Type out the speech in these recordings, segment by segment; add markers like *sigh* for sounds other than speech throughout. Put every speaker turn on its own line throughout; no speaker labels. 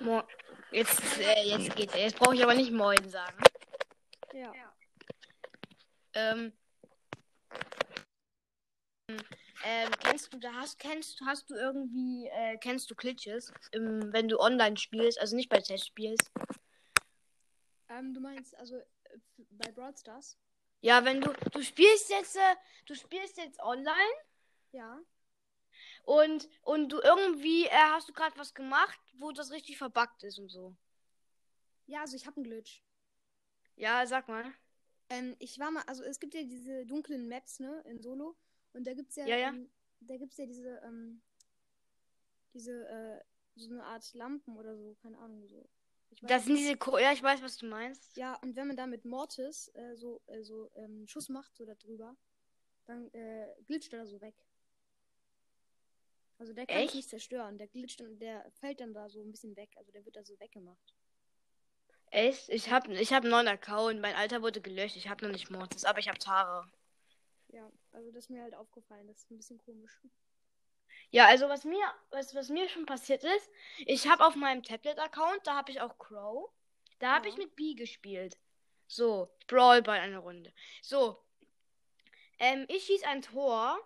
Mo jetzt, äh, jetzt geht's. Jetzt brauche ich aber nicht Moin sagen.
Ja.
Ähm, ähm, kennst du, da hast, kennst, hast du irgendwie, äh, kennst du Glitches, im, wenn du online spielst, also nicht bei Chat spielst?
Ähm, du meinst, also äh, f- bei Brawl Stars?
Ja, wenn du, du spielst jetzt, äh, du spielst jetzt online
Ja.
und, und du irgendwie, äh, hast du gerade was gemacht, wo das richtig verbuggt ist und so.
Ja, also ich habe einen Glitch.
Ja, sag mal.
Ähm, ich war mal, also es gibt ja diese dunklen Maps, ne, in Solo. Und da gibt's ja,
Ja, ja.
Ähm, da gibt's ja diese, ähm, diese, äh, so eine Art Lampen oder so, keine Ahnung, so. Ich weiß
Das sind diese, Ko ja, ich weiß, was du meinst.
Ja, und wenn man da mit Mortis äh, so, äh, so ähm, Schuss macht, so da drüber, dann äh, glitscht er da so weg. Also der kann
Echt?
es nicht zerstören, der glitscht und der fällt dann da so ein bisschen weg, also der wird da so weggemacht.
Echt? Ich hab, ich hab einen neuen Account, mein alter wurde gelöscht, ich hab noch nicht Mortis, aber ich hab Tara.
Ja, also das ist mir halt aufgefallen, das ist ein bisschen komisch.
Ja, also was mir, was, was mir schon passiert ist, ich habe auf meinem Tablet-Account, da habe ich auch Crow, da habe
Ja.
ich mit B gespielt. So, Brawl Ball eine Runde. So, ähm, ich schieß ein Tor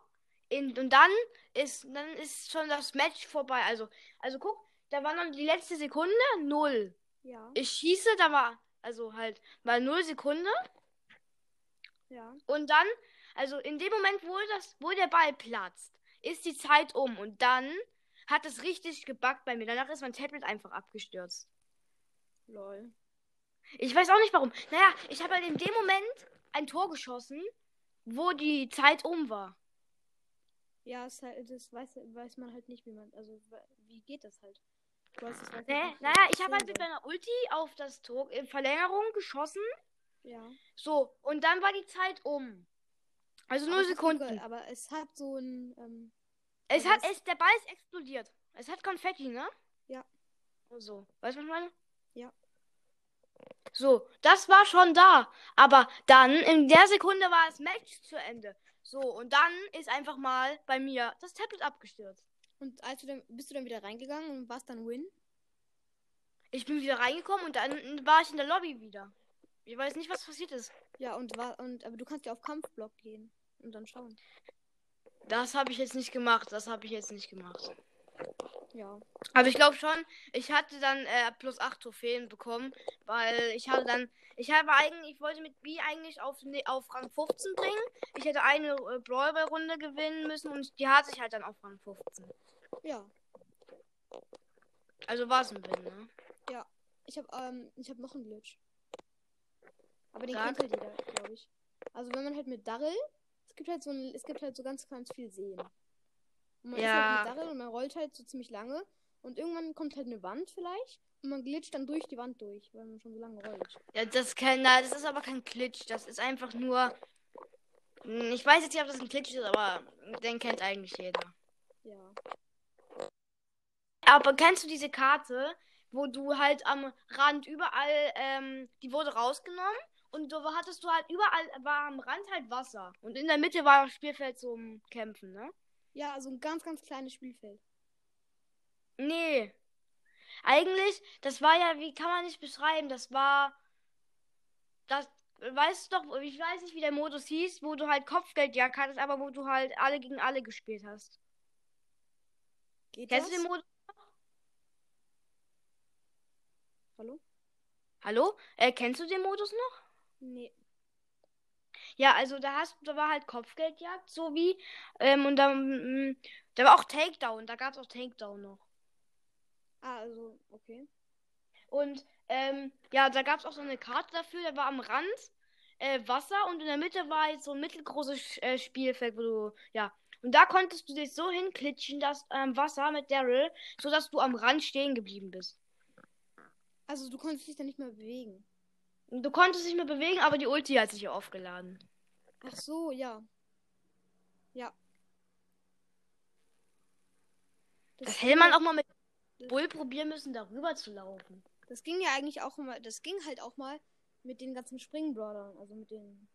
in, und dann ist, dann ist schon das Match vorbei. Also, also guck, da war noch die letzte Sekunde, null.
Ja,
Ich schieße, da war, also halt mal null Sekunde
ja,
und dann, also in dem Moment, wo, das, wo der Ball platzt, ist die Zeit um. Und dann hat es richtig gebackt bei mir. Danach ist mein Tablet einfach abgestürzt.
lol.
Ich weiß auch nicht warum. Naja, ich habe halt in dem Moment ein Tor geschossen, wo die Zeit um war.
Ja, ist halt, das weiß, weiß man halt nicht, wie man, also we- wie geht das halt? Du weißt, das weiß man
Naja,
nicht, wie
naja
das
ich habe halt mit
sehen
meiner Ulti auf das Tor in Verlängerung geschossen.
soll. Ja.
So, und dann war die Zeit um. Also
Aber
null
es hat sogar-
Sekunden.
Aber es hat so ein, ähm,
Es hat,
das-
es, der Ball ist explodiert. Es hat Konfetti, ne?
Ja.
So, weißt du, was ich meine?
Ja.
So, das war schon da. Aber dann, in der Sekunde war das Match zu Ende. So, und dann ist einfach mal bei mir das Tablet abgestürzt.
und als du dann, bist du dann wieder reingegangen und warst dann Win?
Ich bin wieder reingekommen und dann war ich in der Lobby wieder. Ich weiß nicht, was passiert ist.
Ja, und war und aber du kannst ja auf Kampfblock gehen und dann schauen.
Das habe ich jetzt nicht gemacht. Das habe ich jetzt nicht gemacht.
Ja.
Aber Also ich glaube schon, ich hatte dann äh, plus 8 Trophäen bekommen, weil ich hatte dann, ich habe eigentlich, ich wollte mit B eigentlich auf, ne, auf Rang 15 bringen. Ich hätte eine äh, Brawl Ball Runde gewinnen müssen und die hatte ich halt dann auf Rang 15.
Ja.
Also war es ein Win, ne?
Ich habe ähm, ich habe noch einen Glitch. Aber den
Sag.
kennt halt jeder, glaube ich. Also wenn man halt mit Darrell, es gibt halt so ein, es gibt halt so ganz ganz viel Seen. Und man
Ja.
ist halt mit Darrell und man rollt halt so ziemlich lange und irgendwann kommt halt eine Wand vielleicht und man glitscht dann durch die Wand durch, weil man schon so lange rollt.
Ja, das kann, na, das ist aber kein Glitch, das ist einfach nur, Hm, ich weiß jetzt nicht, ob das ein Glitch ist, aber den kennt eigentlich jeder.
Ja.
Aber kennst du diese Karte, wo du halt am Rand überall, ähm, die wurde rausgenommen und du hattest du halt überall, war am Rand halt Wasser. Und in der Mitte war das Spielfeld zum Kämpfen, ne?
Ja, also ein ganz ganz kleines Spielfeld.
Nee. Eigentlich, das war ja, wie kann man nicht beschreiben, das war, das, weißt du doch, ich weiß nicht, wie der Modus hieß, wo du halt Kopfgeldjagd hattest, aber wo du halt alle gegen alle gespielt hast.
Geht
Kennst du
das?
den Modus?
Hallo?
Hallo? Äh, kennst du den Modus noch?
Nee.
Ja, also da hast, da war halt Kopfgeldjagd, so wie, ähm, und dann, mm, da war auch Takedown, da gab es auch Takedown noch.
Ah, also okay.
Und, ähm, ja, da gab es auch so eine Karte dafür, da war am Rand äh, Wasser und in der Mitte war jetzt so ein mittelgroßes Sch- äh, Spielfeld, wo du, ja, und da konntest du dich so hinklitschen, das ähm, Wasser mit Daryl, sodass du am Rand stehen geblieben bist.
Also du konntest dich dann nicht mehr bewegen.
Und du konntest nicht mehr bewegen, aber die Ulti hat sich ja aufgeladen.
Ach so, ja. Ja.
Das hätte man
ging
auch mal mit
Das-
Bull probieren müssen, darüber zu laufen.
ja- Das ging ja eigentlich auch mal. Das ging halt auch mal mit den ganzen Springbrawlern. Also mit den.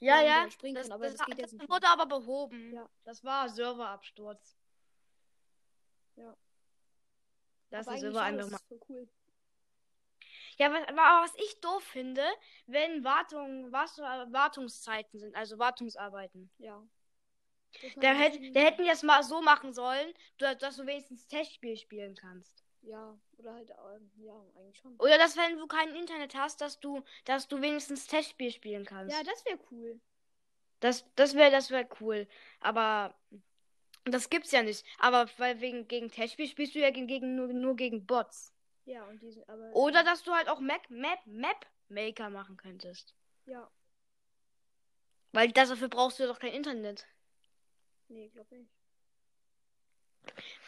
Ja,
Ja,
ja,
die springen
das,
können, aber
das,
das geht
das
jetzt nicht
wurde aber behoben.
Ja.
Das war Serverabsturz.
Ja.
Das
Aber
ist
eigentlich
immer
schade,
einfach
das
mal.
ist voll cool.
Ja, was, aber was ich doof finde, wenn Wartung, was, Wartungszeiten sind, also Wartungsarbeiten.
Ja. halt Das
Da,
macht
hätt,
richtig-
da hätten die das mal so machen sollen, dass, dass du wenigstens Testspiel spielen kannst.
Ja, oder halt, ähm, ja, eigentlich schon.
Oder dass, wenn du kein Internet hast, dass du, dass du wenigstens Testspiel spielen kannst.
Ja, das wäre cool.
Das, das wäre, das wäre cool. Aber das gibt's ja nicht. Aber weil wegen gegen Testspiel spielst du ja gegen, gegen nur, nur gegen Bots.
Ja, und die sind aber.
Oder dass du halt auch Map, Map, Map Maker machen könntest.
Ja,
Weil das, dafür brauchst du ja doch kein Internet.
nee, glaube ich.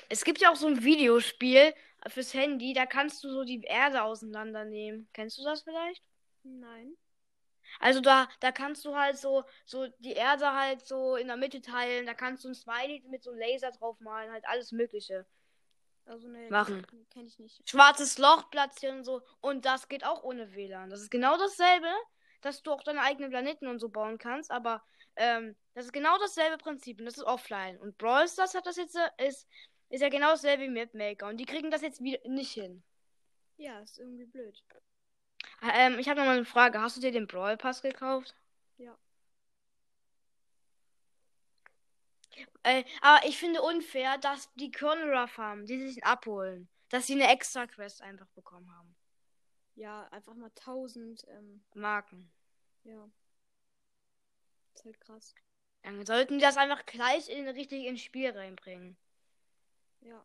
Es gibt ja auch so ein Videospiel fürs Handy, da kannst du so die Erde auseinandernehmen. Kennst du das vielleicht?
Nein.
Also da, da kannst du halt so, so die Erde halt so in der Mitte teilen, da kannst du ein Smiley mit so einem Laser draufmalen, halt alles Mögliche.
Also, nee.
Machen.
Kenne ich nicht.
Schwarzes Loch platzieren und so. Und das geht auch ohne WLAN. Das ist genau dasselbe, dass du auch deine eigenen Planeten und so bauen kannst, aber ähm, das ist genau dasselbe Prinzip und das ist offline. Und Brawl Stars hat das jetzt, äh, ist, ist ja genau dasselbe wie Mapmaker und die kriegen das jetzt wieder nicht hin.
Ja, ist irgendwie blöd.
Ähm, ich habe nochmal eine Frage. Hast du dir den Brawl Pass gekauft?
Ja.
Äh, aber ich finde unfair, dass die Colonel Ruff haben, die sich ihn abholen, dass sie eine extra Quest einfach bekommen haben.
Ja, einfach mal 1000, ähm,
Marken.
ja. Ist halt krass.
Dann sollten die das einfach gleich in, richtig ins Spiel reinbringen.
Ja.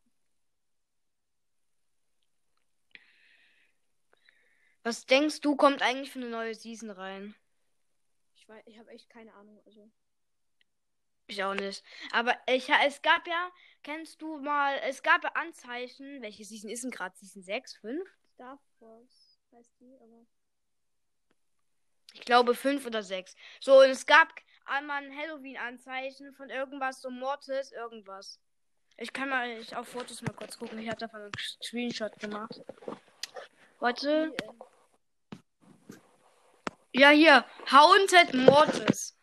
Was denkst du, kommt eigentlich für eine neue Season rein?
Ich weiß, ich habe echt keine Ahnung. Also,
Ich auch nicht. Aber ich, es gab ja, kennst du mal, es gab ja Anzeichen, welche Season ist denn gerade? Season 6, 5?
Star Force heißt die, aber.
Ich glaube fünf oder sechs. So, und es gab einmal ein Halloween-Anzeichen von irgendwas, so Mortis, irgendwas. Ich kann mal ich auf Fotos mal kurz gucken. Ich habe davon einen Screenshot gemacht. Warte.
Die, äh,
Ja, hier. Haunted Mortis.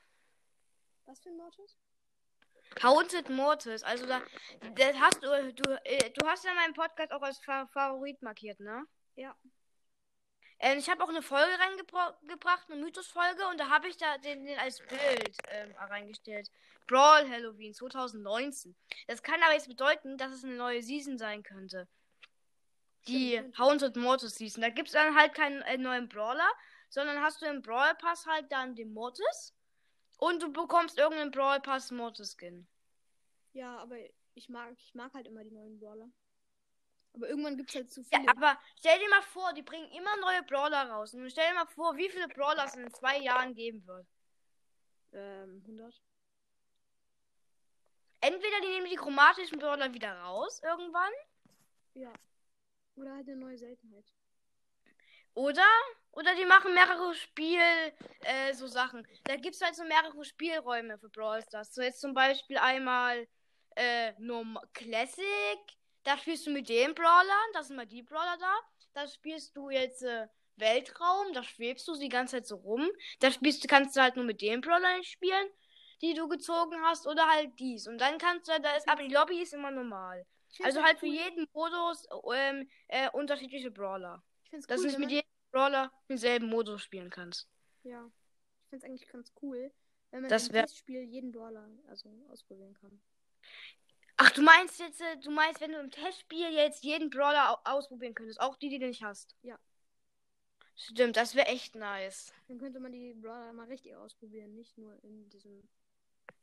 was für ein Mortis?
Haunted Mortis. Also da, das hast du, du, äh, du hast ja meinen Podcast auch als Fa Favorit markiert, ne?
Ja.
Ähm, ich habe auch eine Folge reingebracht, eine Mythos-Folge, und da habe ich da den, den als Bild ähm, reingestellt. Brawl Halloween 2019. Das kann aber jetzt bedeuten, dass es eine neue Season sein könnte. Die
Stimmt, könnte.
Haunted Mortis Season. Da gibt es dann halt keinen äh, neuen Brawler, sondern hast du im Brawl Pass halt dann den Mortis und du bekommst irgendeinen Brawl Pass Mortis Skin.
Ja, aber ich mag, ich mag halt immer die neuen Brawler. Aber irgendwann gibt's halt zu
Ja,
viele.
aber stell dir mal vor, die bringen immer neue Brawler raus. Und stell dir mal vor, wie viele Brawler es in zwei Jahren geben wird.
ähm, 100.
Entweder die nehmen die chromatischen Brawler wieder raus irgendwann,
Ja. Oder halt eine neue Seltenheit.
oder? Oder die machen mehrere Spiel, äh, so Sachen. Da gibt es halt so mehrere Spielräume für Brawl Stars. So jetzt zum Beispiel einmal, äh, Norm Classic. Da spielst du mit den Brawlern, das sind mal die Brawler da. Da spielst du jetzt, äh, Weltraum, da schwebst du die ganze Zeit so rum. Da spielst du, kannst du halt nur mit den Brawlern spielen, die du gezogen hast, oder halt dies. Und dann kannst du, da ist, aber die Lobby ist immer normal.
Ich find's
Also halt für
cool.
jeden Modus ähm, äh, unterschiedliche Brawler.
Ich find's
Dass
cool, ne?
du nicht mit
wenn
jedem Brawler denselben Modus spielen kannst.
man, Ja. Ich find's eigentlich ganz cool, wenn man
Das
im
wär-
Spiel jeden Brawler also ausprobieren kann.
Ach, du meinst jetzt, äh, du meinst, wenn du im Testspiel jetzt jeden Brawler au ausprobieren könntest, auch die, die du nicht hast.
Ja.
Stimmt, das wäre echt nice.
Dann könnte man die Brawler mal richtig ausprobieren, nicht nur in diesem.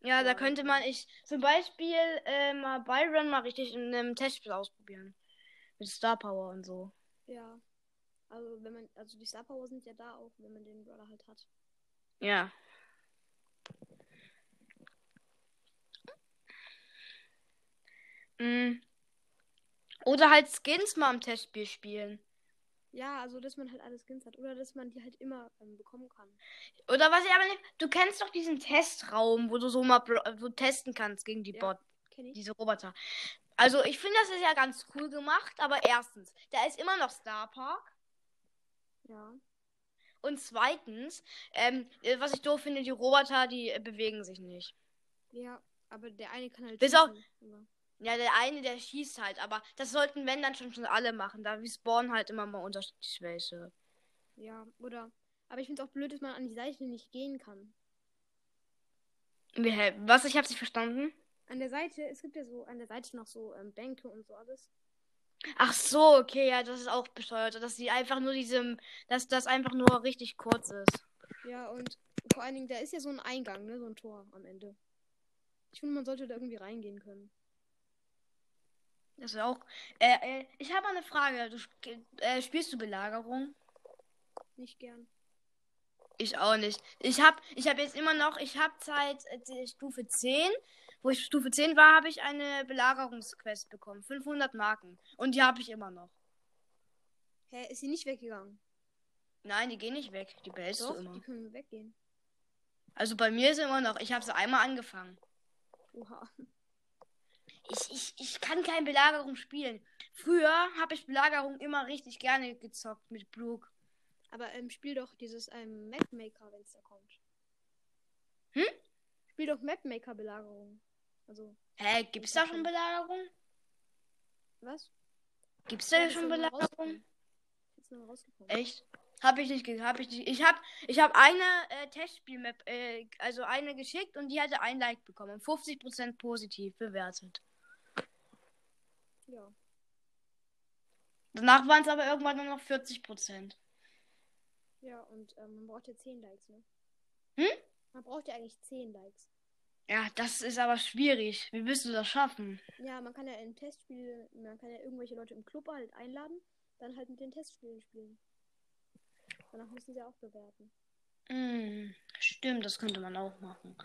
Ja, da
Ja,
könnte
okay.
man ich zum Beispiel äh, mal Byron mal richtig in einem Testspiel ausprobieren. Mit Star Power und so.
Ja. Also wenn man, also die Star Power sind ja da auch, wenn man den Brawler halt hat.
Ja. Mm. Oder halt Skins mal im Testspiel spielen.
Ja, also dass man halt alle Skins hat. Oder dass man die halt immer ähm, bekommen kann.
Oder was ich aber nicht. Du kennst doch diesen Testraum, wo du so mal blo- so testen kannst gegen die
Ja.
Bot,
Kenn ich?
diese Roboter. Also ich finde, das ist ja ganz cool gemacht, aber erstens, da ist immer noch Star Park.
Ja.
Und zweitens, ähm, äh, was ich doof finde, die Roboter, die äh, bewegen sich nicht.
Ja. Aber der eine kann halt.
Bis auf-
schießen, aber-
Ja, der eine, der schießt halt, aber das sollten wenn dann schon, schon alle machen. Da wir spawnen halt immer mal unterschiedlich welche.
Ja, oder. Aber ich finde es auch blöd, dass man an die Seite nicht gehen kann.
Wie, hä? Was? Ich hab's nicht verstanden.
An der Seite, es gibt ja so an der Seite noch so ähm, Bänke und so alles.
Ach so, okay, ja, das ist auch bescheuert, dass die einfach nur diesem, dass das einfach nur richtig kurz ist.
Ja, und vor allen Dingen, da ist ja so ein Eingang, ne? So ein Tor am Ende. Ich finde, man sollte da irgendwie reingehen können.
Das ist auch. Äh, äh, ich habe mal eine Frage. Du sp- äh, spielst du Belagerung?
Nicht gern.
Ich auch nicht. Ich hab, ich hab jetzt immer noch, ich hab seit äh, die Stufe 10, wo ich Stufe 10 war, habe ich eine Belagerungsquest bekommen. 500 Marken. Und die habe ich immer noch.
Hä, ist sie nicht weggegangen?
Nein, die gehen nicht weg. Die behältst du
die
immer.
können weggehen.
Also bei mir ist immer noch, ich habe sie einmal angefangen.
Oha.
Ich, ich, ich kann kein Belagerung spielen. Früher habe ich Belagerung immer richtig gerne gezockt mit Brook.
Aber ähm, spiel doch dieses ähm, Mapmaker, wenn es da kommt.
Hm?
Spiel doch Mapmaker-Belagerung. Also,
Hä, gibt's da schon Belagerung?
was?
Gibt's da
das ist
schon
noch
Belagerung?
rausgekommen. Ist noch rausgekommen.
Echt? Hab ich nicht, ge- hab ich nicht. Ich hab, ich hab eine äh, Testspielmap, äh, also eine geschickt und die hatte ein Like bekommen. und 50% positiv bewertet.
Ja.
Danach waren es aber irgendwann nur noch 40%.
Ja, und ähm, man braucht ja 10 Likes, ne?
Hm?
Man braucht ja eigentlich 10 Likes.
Ja, das ist aber schwierig. Wie willst du das schaffen?
Ja, man kann ja im Testspiel, man kann ja irgendwelche Leute im Club halt einladen, dann halt mit den Testspielen spielen. Danach müssen sie auch bewerten.
Hm, stimmt, das könnte man auch machen.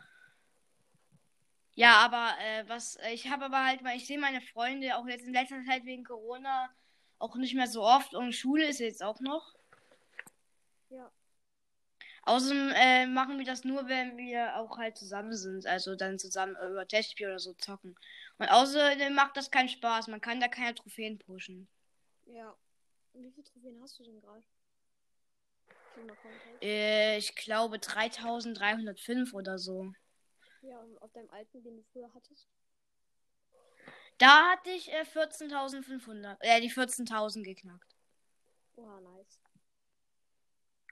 Ja, aber äh, was, äh, ich habe aber halt, weil ich sehe meine Freunde auch jetzt in letzter Zeit wegen Corona auch nicht mehr so oft und Schule ist jetzt auch noch.
Ja.
Außerdem äh, machen wir das nur, wenn wir auch halt zusammen sind, also dann zusammen über Testspiel oder so zocken. Und außerdem macht das keinen Spaß, man kann da keine Trophäen pushen.
Ja. Und wie viele Trophäen hast du denn gerade? halt.
Äh, ich glaube 3305 oder so.
Ja, und auf deinem alten, den du früher hattest.
Da hatte ich äh, 14.500, äh, die 14.000 geknackt.
Oha, nice.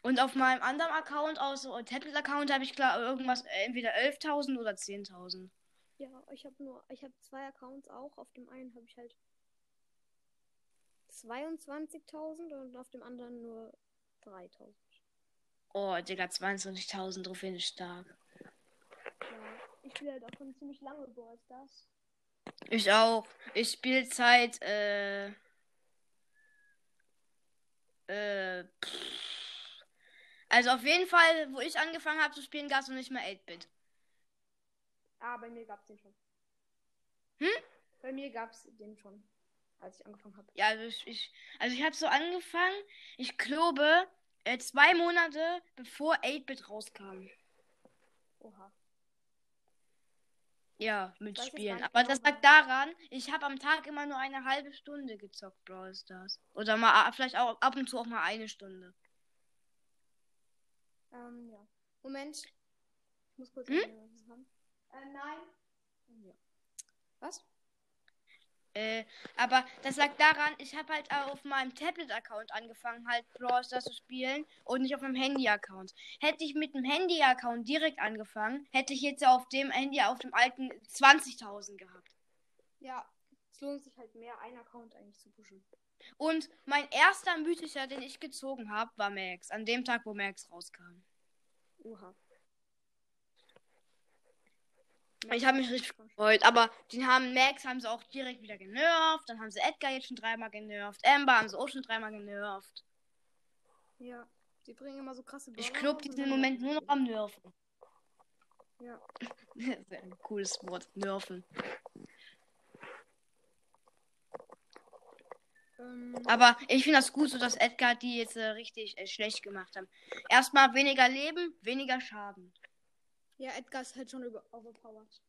Und auf meinem anderen Account, also, aus dem Tablet-Account, habe ich klar irgendwas, äh, entweder 11.000 oder 10.000.
Ja, ich habe nur, ich habe zwei Accounts auch. Auf dem einen habe ich halt 22.000 und auf dem anderen nur 3.000.
Oh, Digga, 22.000 Trophäen ist stark.
Ja, ich spiele halt auch schon ziemlich lange Brawl Stars.
Ich auch. Ich spiele seit, äh, äh, pff. also auf jeden Fall, wo ich angefangen habe zu spielen, gab es noch nicht mal 8-Bit.
Ah, bei mir gab's den schon.
Hm?
Bei mir gab's den schon, als ich angefangen habe.
Ja, also ich, ich, also ich habe so angefangen, ich glaube, äh, zwei Monate bevor 8-Bit rauskam.
Oha.
Ja, mit
Weiß jetzt gar
Spielen.
nicht
Aber
genau,
das lag daran, ich habe am Tag immer nur eine halbe Stunde gezockt, Brawl Stars. Oder mal ah, vielleicht auch ab und zu auch mal eine Stunde.
Ähm, ja. Moment. Ich muss kurz
Hm?
was haben. Äh, nein. Ja. Was?
Äh, aber das lag daran, ich habe halt auf meinem Tablet-Account angefangen, halt Brawl Stars zu spielen und nicht auf meinem Handy-Account. Hätte ich mit dem Handy-Account direkt angefangen, hätte ich jetzt auf dem Handy, auf dem alten 20.000 gehabt.
Ja. Es lohnt sich halt mehr, einen Account eigentlich zu pushen.
Und mein erster mythischer, den ich gezogen habe, war Max. An dem Tag, wo Max rauskam.
Oha.
Ich habe mich richtig gefreut, aber den haben Max haben sie auch direkt wieder genervt. Dann haben sie Edgar jetzt schon dreimal genervt. Amber haben sie auch schon dreimal genervt.
Ja. Die bringen immer so krasse
Ich
Brawler
glaube,
raus
die
und
sind im
dann-
Moment nur noch am Nerven.
Ja.
Das ist ein *laughs* cooles Wort, Nerven.
Ähm,
Aber ich finde das gut, so dass Edgar die jetzt äh, richtig äh, schlecht gemacht haben. Erstmal weniger Leben, weniger Schaden.
ja, Edgar ist halt schon über overpowered.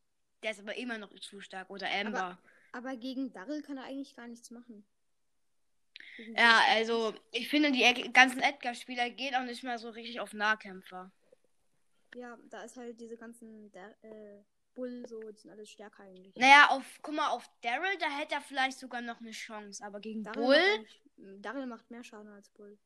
Der ist aber immer noch zu stark. Oder Amber.
Aber gegen Darrell kann er eigentlich gar nichts machen. Gegen
Ja,
Daryl.
also ich finde, die Ed- ganzen Edgar-Spieler gehen auch nicht mehr so richtig auf Nahkämpfer.
Ja, da ist halt diese ganzen Dar äh, Bull, so, die sind alle stärker eigentlich.
Naja, auf, guck mal, auf Daryl, da hätte er vielleicht sogar noch eine Chance. Aber gegen
Daryl
Bull,
Macht eigentlich- Daryl macht mehr Schaden als Bull.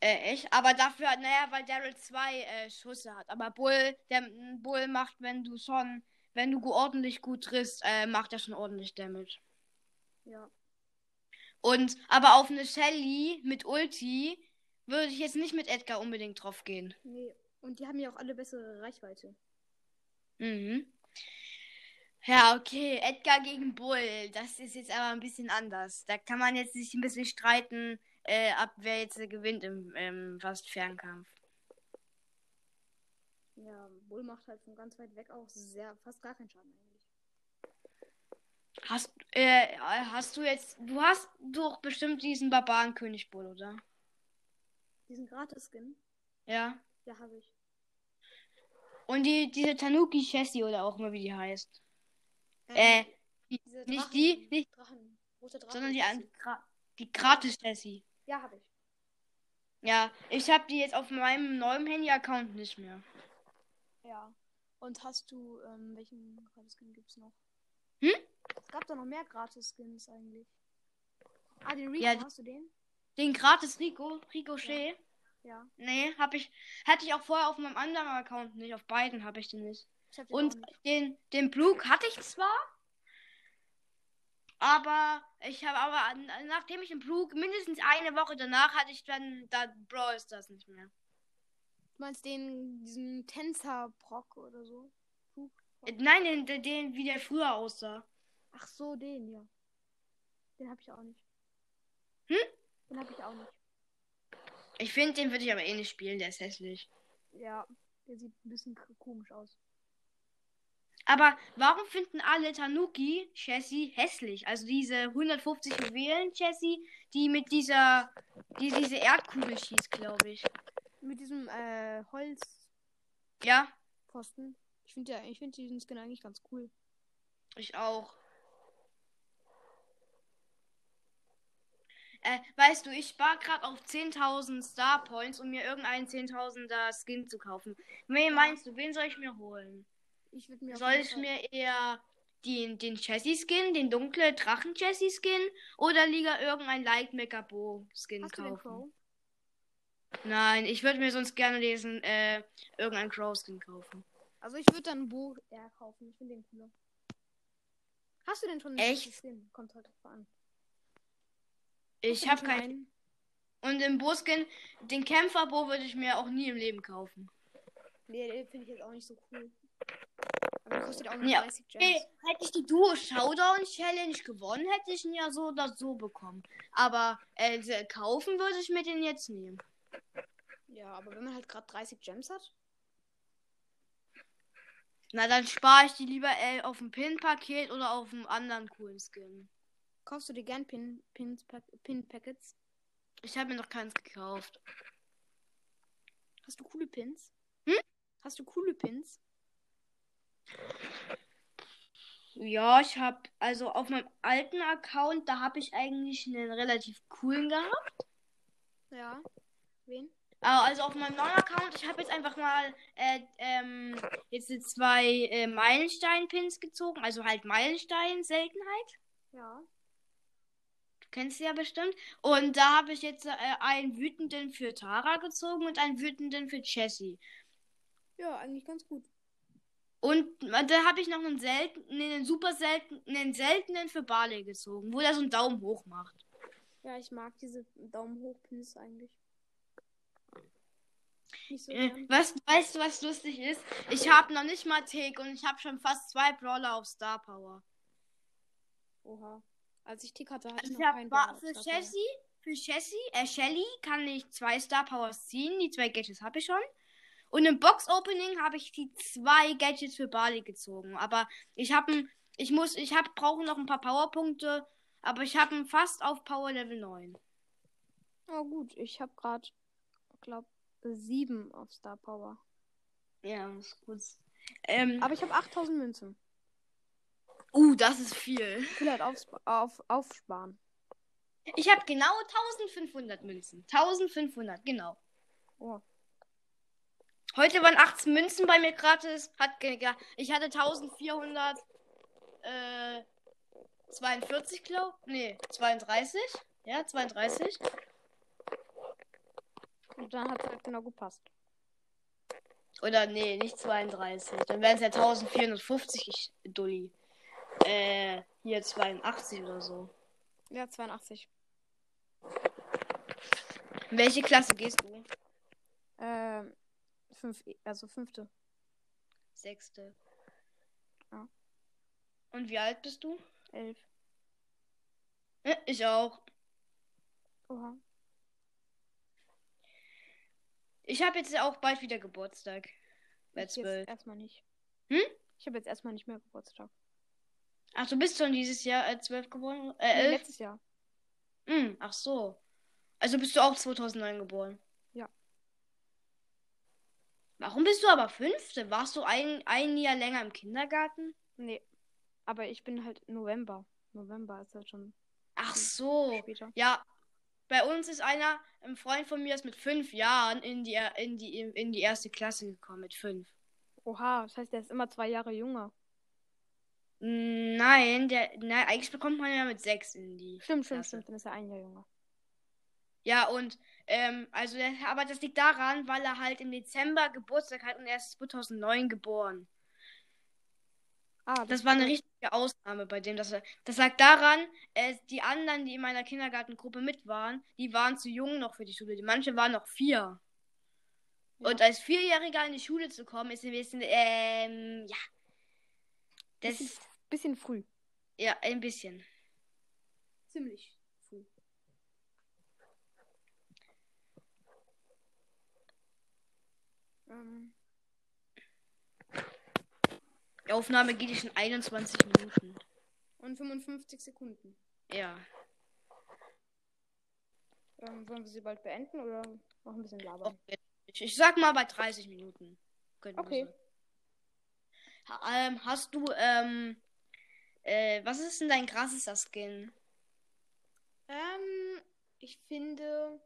äh, ich. Aber dafür, naja, weil Daryl zwei äh, Schüsse hat. Aber Bull, der m, Bull macht, wenn du schon, wenn du ordentlich gut triffst, äh, macht er schon ordentlich Damage.
Ja.
Und, aber auf eine Shelly mit Ulti würde ich jetzt nicht mit Edgar unbedingt drauf gehen.
Nee. Und die haben ja auch alle bessere Reichweite.
Mhm. Ja, okay. Edgar gegen Bull. Das ist jetzt aber ein bisschen anders. Da kann man jetzt sich ein bisschen streiten, äh, ab wer jetzt äh, gewinnt im, im fast Fernkampf.
Ja, Bull macht halt von ganz weit weg auch sehr, fast gar keinen Schaden eigentlich.
Hast, äh, hast du jetzt. Du hast doch bestimmt diesen Barbarenkönig Bull, oder?
Diesen Gratis-Skin,
Ja.
ja, habe ich.
Und die, diese Tanuki Chessie oder auch immer wie die heißt. Äh,
Ähm, diese
nicht die, nicht-
Drachen, rote Drachen.
sondern die, an- Gra- die Gratis Chessie.
Ja, habe ich.
Ja, ich habe die jetzt auf meinem neuen Handy-Account nicht mehr.
Ja. Und hast du, ähm, welchen Gratis-Skin gibt's noch?
Hm?
Es gab da noch mehr Gratis-Skins eigentlich. Ah, den Rico,
Ja, die-
hast du den?
Den Gratis Rico, Ricochet.
Ja.
Nee, hab ich, hatte ich auch vorher auf meinem anderen Account nicht. Auf beiden habe ich den nicht.
Ich hab den
Und
auch nicht.
den, den Blue hatte ich zwar, aber ich habe aber, an- nachdem ich den Blue, mindestens eine Woche danach hatte ich dann, da Brawl ist das nicht mehr.
Du meinst den, diesen Tänzer-Brock oder so?
Äh, Nein, den, den, den, wie der früher aussah.
Ach so, den, ja. Den habe ich auch nicht.
Hm?
Den habe ich auch nicht.
Ich finde, den würde ich aber eh nicht spielen, der ist hässlich.
Ja, der sieht ein bisschen k- komisch aus.
Aber warum finden alle Tanuki Chassis hässlich? Also diese 150 Juwelen Chassis, die mit dieser, die diese Erdkugel schießt, glaube ich.
Mit diesem äh, Holzpfosten.
Ja,
Ich finde ja, ich finde diesen Skin eigentlich ganz cool.
Ich auch. Äh, weißt du, ich spare gerade auf 10.000 Star Points, um mir irgendeinen 10.000er Skin zu kaufen. Wen meinst du, wen soll ich mir holen?
Ich würde mir auf
Soll
jeden
ich
Fall-
mir eher den, den Chassis-Skin, den dunklen Drachen-Chassis-Skin oder lieber irgendein Lightmaker Bo-Skin
Hast du den
kaufen?
Crow?
Nein, ich würde mir sonst gerne diesen, äh, irgendeinen Crow-Skin kaufen.
Also ich würde dann Bo eher kaufen. Ich finde den cooler. Hast du denn schon
Echt?
Skin? Kommt heute drauf an. Hast du
Ich
denn
habe
schon
keinen.
einen?
Und den Bo-Skin, den Kämpfer-Bo würde ich mir auch nie im Leben kaufen.
Nee, den finde ich jetzt auch nicht so cool. Aber der kostet auch nur
Ja.
30 Gems.
Ey, hätte ich die Duo Showdown Challenge gewonnen, hätte ich ihn ja so oder so bekommen. Aber äh, se- kaufen würde ich mir den jetzt nehmen.
Ja, aber wenn man halt gerade 30 Gems hat,
Na, dann spare ich die lieber äh, auf dem Pin-Paket oder auf einem anderen coolen Skin.
kaufst du dir gern Pin, Pins, Pack, Pin Packets.
Ich habe mir noch keins gekauft.
Hast du coole Pins?
Hm?
Hast du coole Pins?
Ja, ich habe, also auf meinem alten Account, da habe ich eigentlich einen relativ coolen gehabt.
Ja. Wen?
Ah, Also auf meinem neuen Account, ich habe jetzt einfach mal äh, ähm, jetzt die zwei äh, Meilenstein-Pins gezogen, also halt Meilenstein-Seltenheit.
Ja.
Du kennst sie ja bestimmt. Und da habe ich jetzt äh, einen wütenden für Tara gezogen und einen wütenden für Jessie.
Ja, eigentlich ganz gut.
Und äh, da habe ich noch einen seltenen, nee, einen super seltenen, einen seltenen für Barley gezogen, wo der so einen Daumen hoch macht.
Ja, ich mag diese Daumen hoch Pins eigentlich. Nicht so
Äh,
gern.
was, weißt du, was lustig ist? Ich habe noch nicht mal Tick und ich habe schon fast zwei Brawler auf Star Power.
Oha. Als ich Tick hatte, hatte ich
Also
noch
ich habe
keinen Brawler
für
auf Star Power.
Jessie, für Jessie, äh, Shelly kann ich zwei Star Powers ziehen. Die zwei Gadgets habe ich schon. Und im Box Opening habe ich die zwei Gadgets für Barley gezogen. Aber ich habe ich muss, ich habe brauche noch ein paar Powerpunkte, aber ich habe ihn fast auf Power Level 9.
Oh gut, ich habe gerade, glaub, sieben auf Star Power.
Ja, ist gut. Ähm,
Aber ich habe 8000 Münzen.
uh, das ist viel.
Ich will halt aufs- auf, aufsparen.
Ich habe genau 1500 Münzen. 1500, genau.
Oh.
Heute waren 18 Münzen bei mir gratis. Hat ge- ge- ich hatte 1400. Äh, 42, glaube Nee, 32. Ja, 32.
Und dann hat es halt genau gepasst.
Oder nee, nicht 32. Dann wären es ja 1450, ich, Dulli. Äh, hier 82 oder so.
Ja, 82.
In welche Klasse gehst du?
Ähm, fünf, also fünfte.
Sechste.
Ja.
Und wie alt bist du?
Elf.
Äh, Ich auch.
Oha.
Ich habe jetzt ja auch bald wieder Geburtstag. Bei
Ich jetzt
zwölf.
erstmal nicht.
Hm?
Ich habe jetzt erstmal nicht mehr Geburtstag.
Ach, du bist schon dieses Jahr äh, 12 geworden? Äh,
Nee,
11?
letztes Jahr.
Hm, ach so. Also bist du auch 2009 geboren?
Ja.
Warum bist du aber Fünfte? Warst du ein, ein Jahr länger im Kindergarten?
Nee. Aber ich bin halt November. November ist halt schon
Ach so.
später.
Ja. Bei uns ist einer, ein Freund von mir ist mit fünf Jahren in die, in die, in die erste Klasse gekommen, mit fünf.
Oha, das heißt, der ist immer zwei Jahre jünger.
Nein, der, nein, eigentlich bekommt man ja mit sechs in die.
Stimmt, stimmt,
Klasse.
stimmt. Dann ist er ein Jahr jünger.
Ja, und, ähm, also, der, aber das liegt daran, weil er halt im Dezember Geburtstag hat und er ist 2009 geboren.
Ah,
Das war eine richtige Ausnahme bei dem, dass er. Das lag daran, äh, die anderen, die in meiner Kindergartengruppe mit waren, die waren zu jung noch für die Schule. Die manche waren noch vier.
Ja.
Und als Vierjähriger in die Schule zu kommen, ist ein bisschen, ähm, ja. Das
Bisschen-
ist,
bisschen früh.
ja, ein bisschen.
Ziemlich früh. Ähm,
Die Aufnahme geht jetzt schon 21 Minuten.
und 55 Sekunden.
Ja.
Ähm, wollen wir sie bald beenden oder noch ein bisschen labern?
Okay. Ich, ich sag mal bei 30 Minuten. Könnten wir
Okay.
so. Ha- Ähm, hast du, ähm, äh, was ist denn dein krassester Skin?
Ähm, ich finde.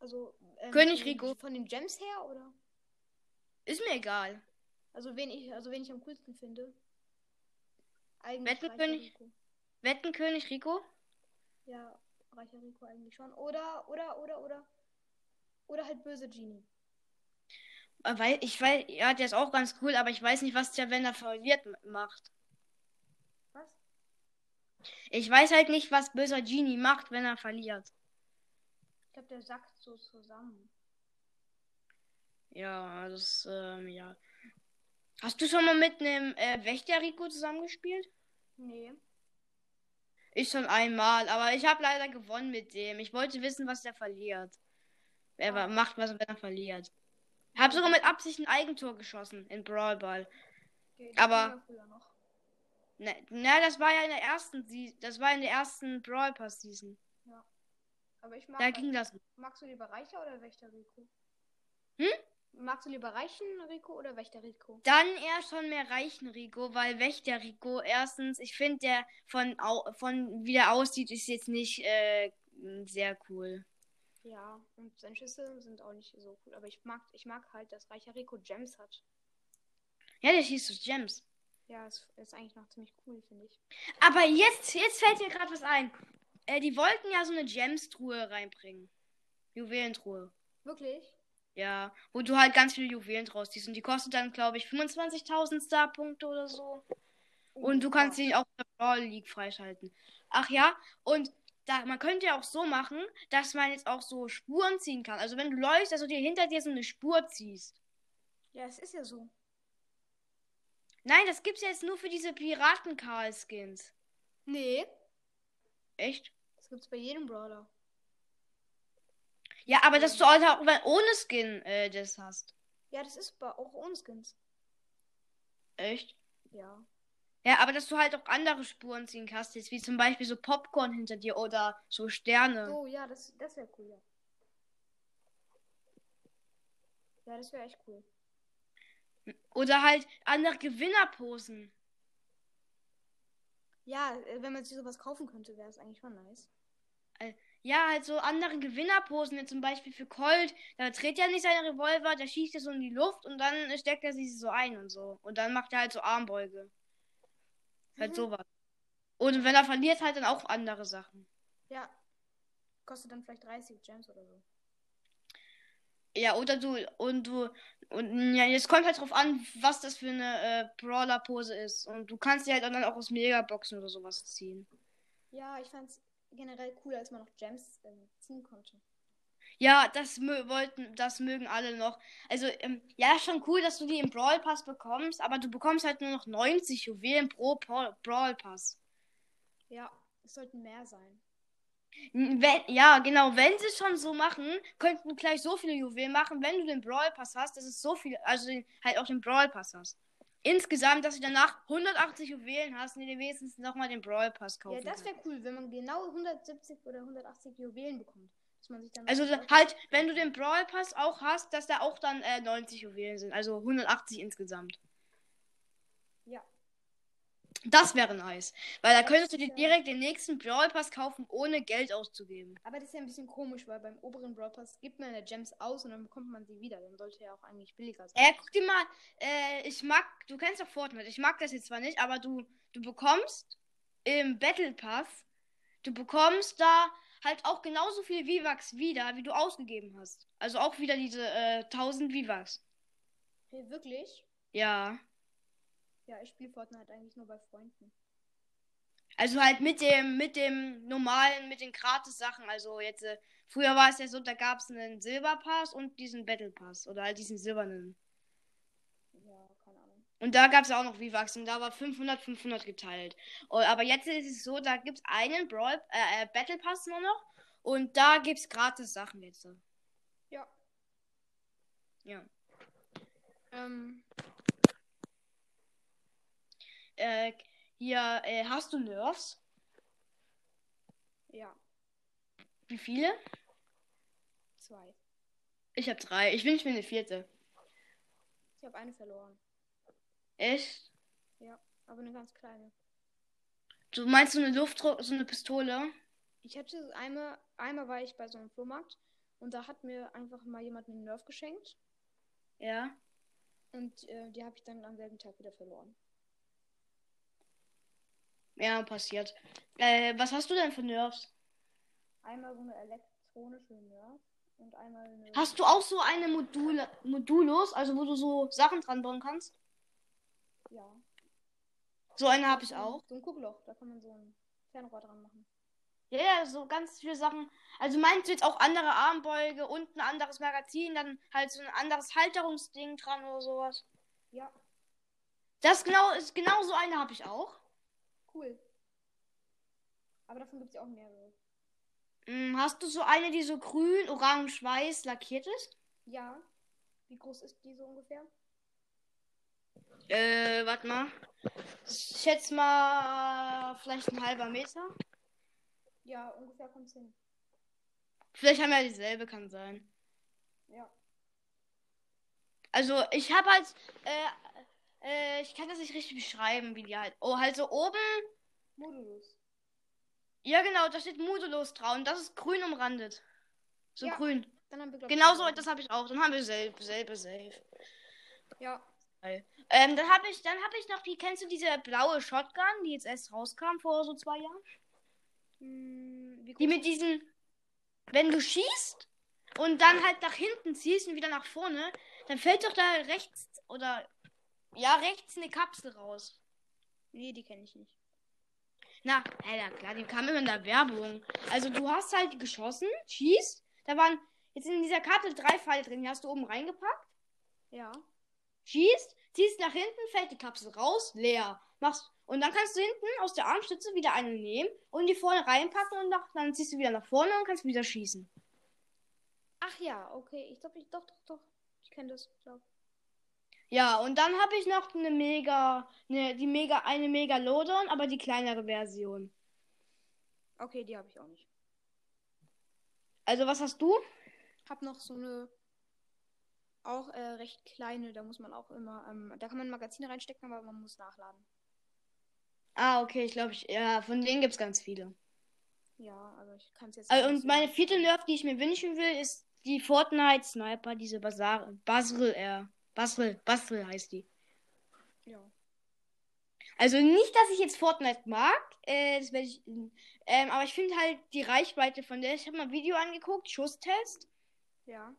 Also. ähm,
König
von den-
Rico.
Von den Gems her, oder?
Ist mir egal.
Also, wen ich, also wen ich am coolsten finde.
Wetten,
Eigentlich. reicher
König?
Rico.
Wettenkönig Rico?
Ja, reicher Rico eigentlich schon. Oder, oder, oder, oder. Oder halt böse Genie.
Äh, Weil, ich weiß, ja, der ist auch ganz cool, aber ich weiß nicht, was der, wenn er verliert, m- macht.
Was?
Ich weiß halt nicht, was böser Genie macht, wenn er verliert.
Ich glaube, der sackt so zusammen.
Ja, das, ähm, ja. Hast du schon mal mit einem äh, Wächter Rico zusammengespielt?
Nee.
Ich schon einmal, aber ich habe leider gewonnen mit dem. Ich wollte wissen, was der verliert. Wer wa- macht was, wenn er verliert. Hab sogar mit Absicht ein Eigentor geschossen in Brawl Ball.
Okay,
Aber-
das ging ja Früher noch.
Na, na, ne, das war ja in der ersten, Se- das war in der ersten Brawl Pass Season.
Aber ich mag. halt-
Da ging das.
Magst du lieber reicher oder Wächter Rico?
Hm?
Magst du lieber reichen Rico oder Wächter Rico?
Dann eher schon mehr reichen Rico, weil Wächter Rico erstens, ich finde der von au von wie der aussieht, ist jetzt nicht äh, sehr cool.
Ja, und seine Schüsse sind auch nicht so cool. Aber ich mag, ich mag halt, dass reicher Rico Gems hat.
Ja, der schießt durch Gems.
Ja, ist, ist eigentlich noch ziemlich cool, finde ich.
Aber jetzt jetzt fällt mir gerade was ein. Äh, die wollten ja so eine Gems-Truhe reinbringen. Juwelentruhe.
Wirklich?
Ja, wo du halt ganz viele Juwelen draus ziehst und die kostet dann, glaube ich, 25.000 Star-Punkte oder so. Und du kannst
sie.
ihn auch in der Brawl League freischalten. Ach ja, und da, man könnte ja auch so machen, dass man jetzt auch so Spuren ziehen kann. Also wenn du läufst, dass du dir hinter dir so eine Spur ziehst.
Ja, es ist ja so.
Nein, das gibt's jetzt nur für diese Piraten-Karl-Skins.
Nee.
Echt?
Das gibt's bei jedem Brawler.
Ja, aber dass du auch auch wenn- ohne Skin äh, das hast.
Ja, das ist bei auch ohne Skins.
Echt?
Ja.
Ja, aber dass du halt auch andere Spuren ziehen kannst, jetzt wie zum Beispiel so Popcorn hinter dir oder so Sterne.
So, ja, das, das wäre cool, ja. Ja, das wäre echt cool.
Oder halt andere Gewinnerposen.
Ja, äh, wenn man sich sowas kaufen könnte, wäre es eigentlich schon nice.
Ja, halt so andere Gewinnerposen, jetzt zum Beispiel für Colt, da dreht er nicht seinen Revolver, da schießt er so in die Luft und dann äh, steckt er sich so ein und so. Und dann macht er halt so Armbeuge. Halt
Mhm.
sowas. Und wenn er verliert, halt dann auch andere Sachen.
Ja. Kostet dann vielleicht 30 Gems oder so.
Ja, oder du, und du, und ja, jetzt kommt halt drauf an, was das für eine äh, Brawler-Pose ist. Und du kannst die halt dann auch aus Megaboxen oder sowas ziehen.
Ja, ich fand's generell cool, als man noch Gems ähm, ziehen konnte.
Ja, das mö wollten, das mögen alle noch. Also, ähm, ja, schon cool, dass du die im Brawl Pass bekommst, aber du bekommst halt nur noch 90 Juwelen pro Paul- Brawl Pass.
Ja, es sollten mehr sein.
N- Wenn, ja, genau, wenn sie es schon so machen, könnten gleich so viele Juwelen machen, wenn du den Brawl Pass hast, dass es so viel, also den, halt auch den Brawl Pass hast. Insgesamt, dass du danach 180 Juwelen hast und dir wenigstens nochmal den Brawl Pass
Ja,
kaufen
das
kannst.
wäre cool, wenn man genau 170 oder 180 Juwelen bekommt. Dass man sich dann
Also
noch-
halt, wenn du den Brawl Pass auch hast, dass da auch dann äh, 90 Juwelen sind, also 180 insgesamt.
Ja.
Das wäre nice, weil da
Das
könntest du dir
wär-
direkt den nächsten Brawl Pass kaufen, ohne Geld auszugeben.
Aber das ist ja ein bisschen komisch, weil beim oberen Brawl Pass gibt man ja Gems aus und dann bekommt man sie wieder. Dann sollte ja auch eigentlich billiger sein.
Äh, guck dir mal, äh, ich mag, du kennst doch Fortnite, ich mag das jetzt zwar nicht, aber du, du bekommst im Battle Pass, du bekommst da halt auch genauso viel V-Bucks wieder, wie du ausgegeben hast. Also auch wieder diese äh, 1000 V-Bucks.
Hey, wirklich?
Ja.
Ja, ich spiele Fortnite halt eigentlich nur bei Freunden.
Also halt mit dem, mit dem normalen, mit den Gratis-Sachen. Also jetzt, äh, früher war es ja so, da gab es einen Silberpass und diesen Battle Pass oder halt diesen silbernen.
Ja, keine Ahnung.
Und da gab es auch noch Vivax und da war 500, 500 geteilt. Oh, aber jetzt ist es so, da gibt es einen Brawl, äh, äh, Battle Pass nur noch und da gibt es gratis Sachen jetzt.
Ja.
Ja.
Ähm,
Äh, hier, äh, hast du Nerfs?
ja,
Wie viele?
zwei.
Ich habe drei. Ich wünsche mir eine vierte.
Ich habe eine verloren,
Echt?
aber eine ganz kleine.
Du meinst so eine Luftdruck, so eine Pistole?
Ich hatte einmal, einmal war ich bei so einem Flohmarkt und da hat mir einfach mal jemand einen Nerf geschenkt
Ja.
und äh, die habe ich dann am selben Tag wieder verloren.
Ja, passiert. Äh, was hast du denn für Nerfs?
Einmal so eine elektronische Nerf und einmal eine.
Hast du auch so eine Module, Modulos, also wo du so Sachen dran bauen kannst?
Ja.
So eine habe ich auch.
So ein Guckloch, da kann man so ein Fernrohr dran machen.
Ja, ja, so ganz viele Sachen. Also meinst du jetzt auch andere Armbeuge und ein anderes Magazin, dann halt so ein anderes Halterungsding dran oder sowas?
Ja,
Das genau ist genau so eine habe ich auch.
cool. Aber davon gibt es ja auch mehrere.
Hm, hast du so eine, die so grün, orange, weiß lackiert ist?
Ja. Wie groß ist die so ungefähr?
Äh, warte mal. Ich schätze mal vielleicht ein halber Meter.
Ja, ungefähr kommt's hin.
Vielleicht haben wir ja dieselbe, kann sein.
Ja.
Also ich habe halt, äh, äh, ich kann das nicht richtig beschreiben, wie die halt. Oh, halt so oben.
Modulus.
Ja, genau, da steht Modulus drauf und das ist grün umrandet. So
Ja,
grün.
Dann haben wir, glaub ich,
Genauso,
verloren.
das habe ich auch. Dann haben wir selbe, selbe, safe.
Ja.
Ähm, dann habe ich, dann habe ich noch die, kennst du diese blaue Shotgun, die jetzt erst rauskam vor so zwei Jahren?
Hm, wie
Die
groß
mit diesen, wenn du schießt und dann halt nach hinten ziehst und wieder nach vorne, dann fällt doch da rechts oder ja rechts eine Kapsel raus.
Nee, die kenne ich nicht.
Na, Alter, klar, die kam immer in der Werbung. Also du hast halt geschossen, schießt, da waren jetzt in dieser Karte drei Pfeile drin, die hast du oben reingepackt,
Ja.
schießt, ziehst nach hinten, fällt die Kapsel raus, leer. Machst und dann kannst du hinten aus der Armstütze wieder eine nehmen und die vorne reinpacken und nach, dann ziehst du wieder nach vorne und kannst wieder schießen.
Ach ja, okay. Ich glaube, ich doch, doch, doch. Ich kenne das, glaube
Ja, und dann habe ich noch eine Mega, eine, die Mega, eine Mega Lodon, aber die kleinere Version.
Okay, die habe ich auch nicht.
Also was hast du?
Hab noch so eine auch äh, recht kleine, da muss man auch immer, ähm, da kann man Magazine reinstecken, aber man muss nachladen.
Ah, okay, ich glaube, ich, ja, von denen gibt's ganz viele.
Ja, aber ich kann es jetzt
Äh, und
so-
meine vierte Nerf, die ich mir wünschen will, ist die Fortnite Sniper, diese Basar Basrel, äh, Basrel, Basrel heißt die.
Ja.
Also nicht, dass ich jetzt Fortnite mag, äh, das werde ich, ähm, aber ich finde halt die Reichweite von der. Ich habe mal ein Video angeguckt, Schusstest.
Ja.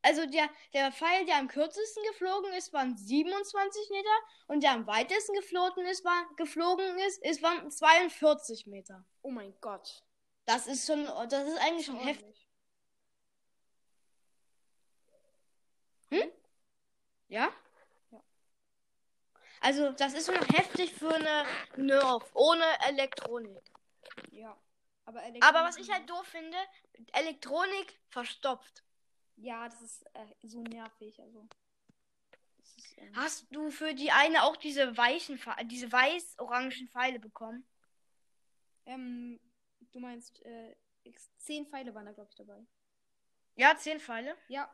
Also der, der Pfeil, der am kürzesten geflogen ist, waren 27 Meter und der am weitesten geflogen ist, war, geflogen ist, ist waren 42 Meter.
Oh mein Gott.
Das ist schon, das ist eigentlich schon heftig.
Ordentlich.
Ja?
Ja.
Also, das ist schon heftig für eine Nerf, ohne Elektronik.
Ja. Aber,
Aber was
Elektronik-
ich halt doof finde, Elektronik verstopft.
Ja, das ist äh, so nervig. Also. Das ist, ähm,
Hast du für die eine auch diese weichen, Pfe- diese weiß-orangen Pfeile bekommen?
ähm, du meinst, äh, ex- zehn Pfeile waren da, glaube ich, dabei.
Ja, zehn Pfeile.
Ja.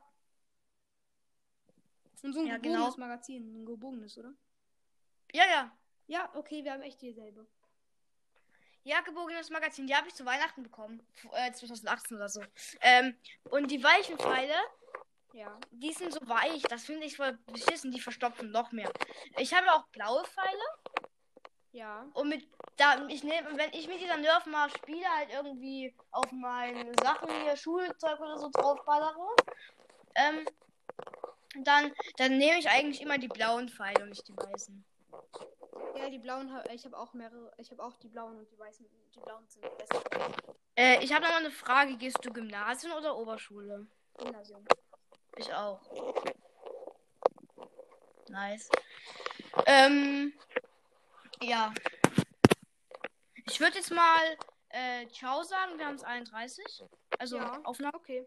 Und so ein
Ja, genau.
gebogenes Magazin. Ein gebogenes, oder?
Ja, ja.
Ja, okay, wir haben echt dieselbe.
Ja, gebogenes Magazin, die habe ich zu Weihnachten bekommen. F- Äh, 2018 oder so. Ähm, und die weichen Pfeile,
Ja.
die sind so weich. Das finde ich voll beschissen. Die verstopfen noch mehr. Ich habe auch blaue Pfeile.
Ja.
Und mit da ich nehme, wenn ich mit dieser Nerf mal spiele, halt irgendwie auf meine Sachen hier, Schulzeug oder so draufballere, ähm, dann, dann nehme ich eigentlich immer die blauen Pfeile und nicht die weißen.
Ja, die blauen, hab- ich habe auch mehrere. Ich habe auch die blauen und die weißen. Die blauen sind besser.
Äh, ich habe nochmal eine Frage, gehst du Gymnasium oder Oberschule?
Gymnasium.
Ich auch. Nice. Ähm, ja. Ich würde jetzt mal äh, Ciao sagen, wir haben es 31. Also
Ja.
Aufnahme.
Okay.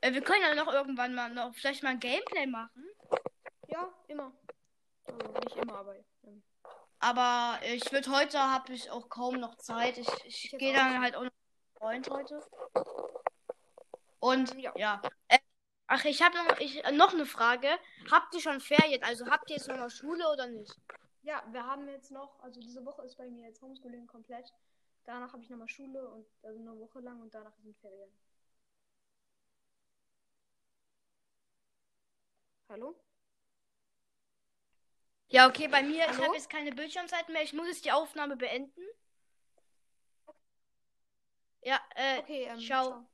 Äh, wir können ja noch irgendwann mal noch vielleicht mal ein Gameplay machen.
Ja, immer. Also nicht immer, aber. Ähm,
Aber ich würde heute habe ich auch kaum noch Zeit. Ich, ich
jetzt
gehe
auch
dann
nicht.
halt auch noch mit Freund heute. Und
Ja.
ja. Äh, ach, ich habe noch, ich, äh, noch eine Frage. Habt ihr schon Ferien? Also habt ihr jetzt nochmal Schule oder nicht?
Ja, wir haben jetzt noch, also diese Woche ist bei mir jetzt Homeschooling komplett. Danach habe ich nochmal Schule und also eine Woche lang und danach sind Ferien. Hallo?
Ja, okay, bei mir, ich
Hallo?
habe jetzt keine Bildschirmzeit mehr. Ich muss jetzt die Aufnahme beenden. Ja, äh,
Okay, ähm,
ciao.
ciao.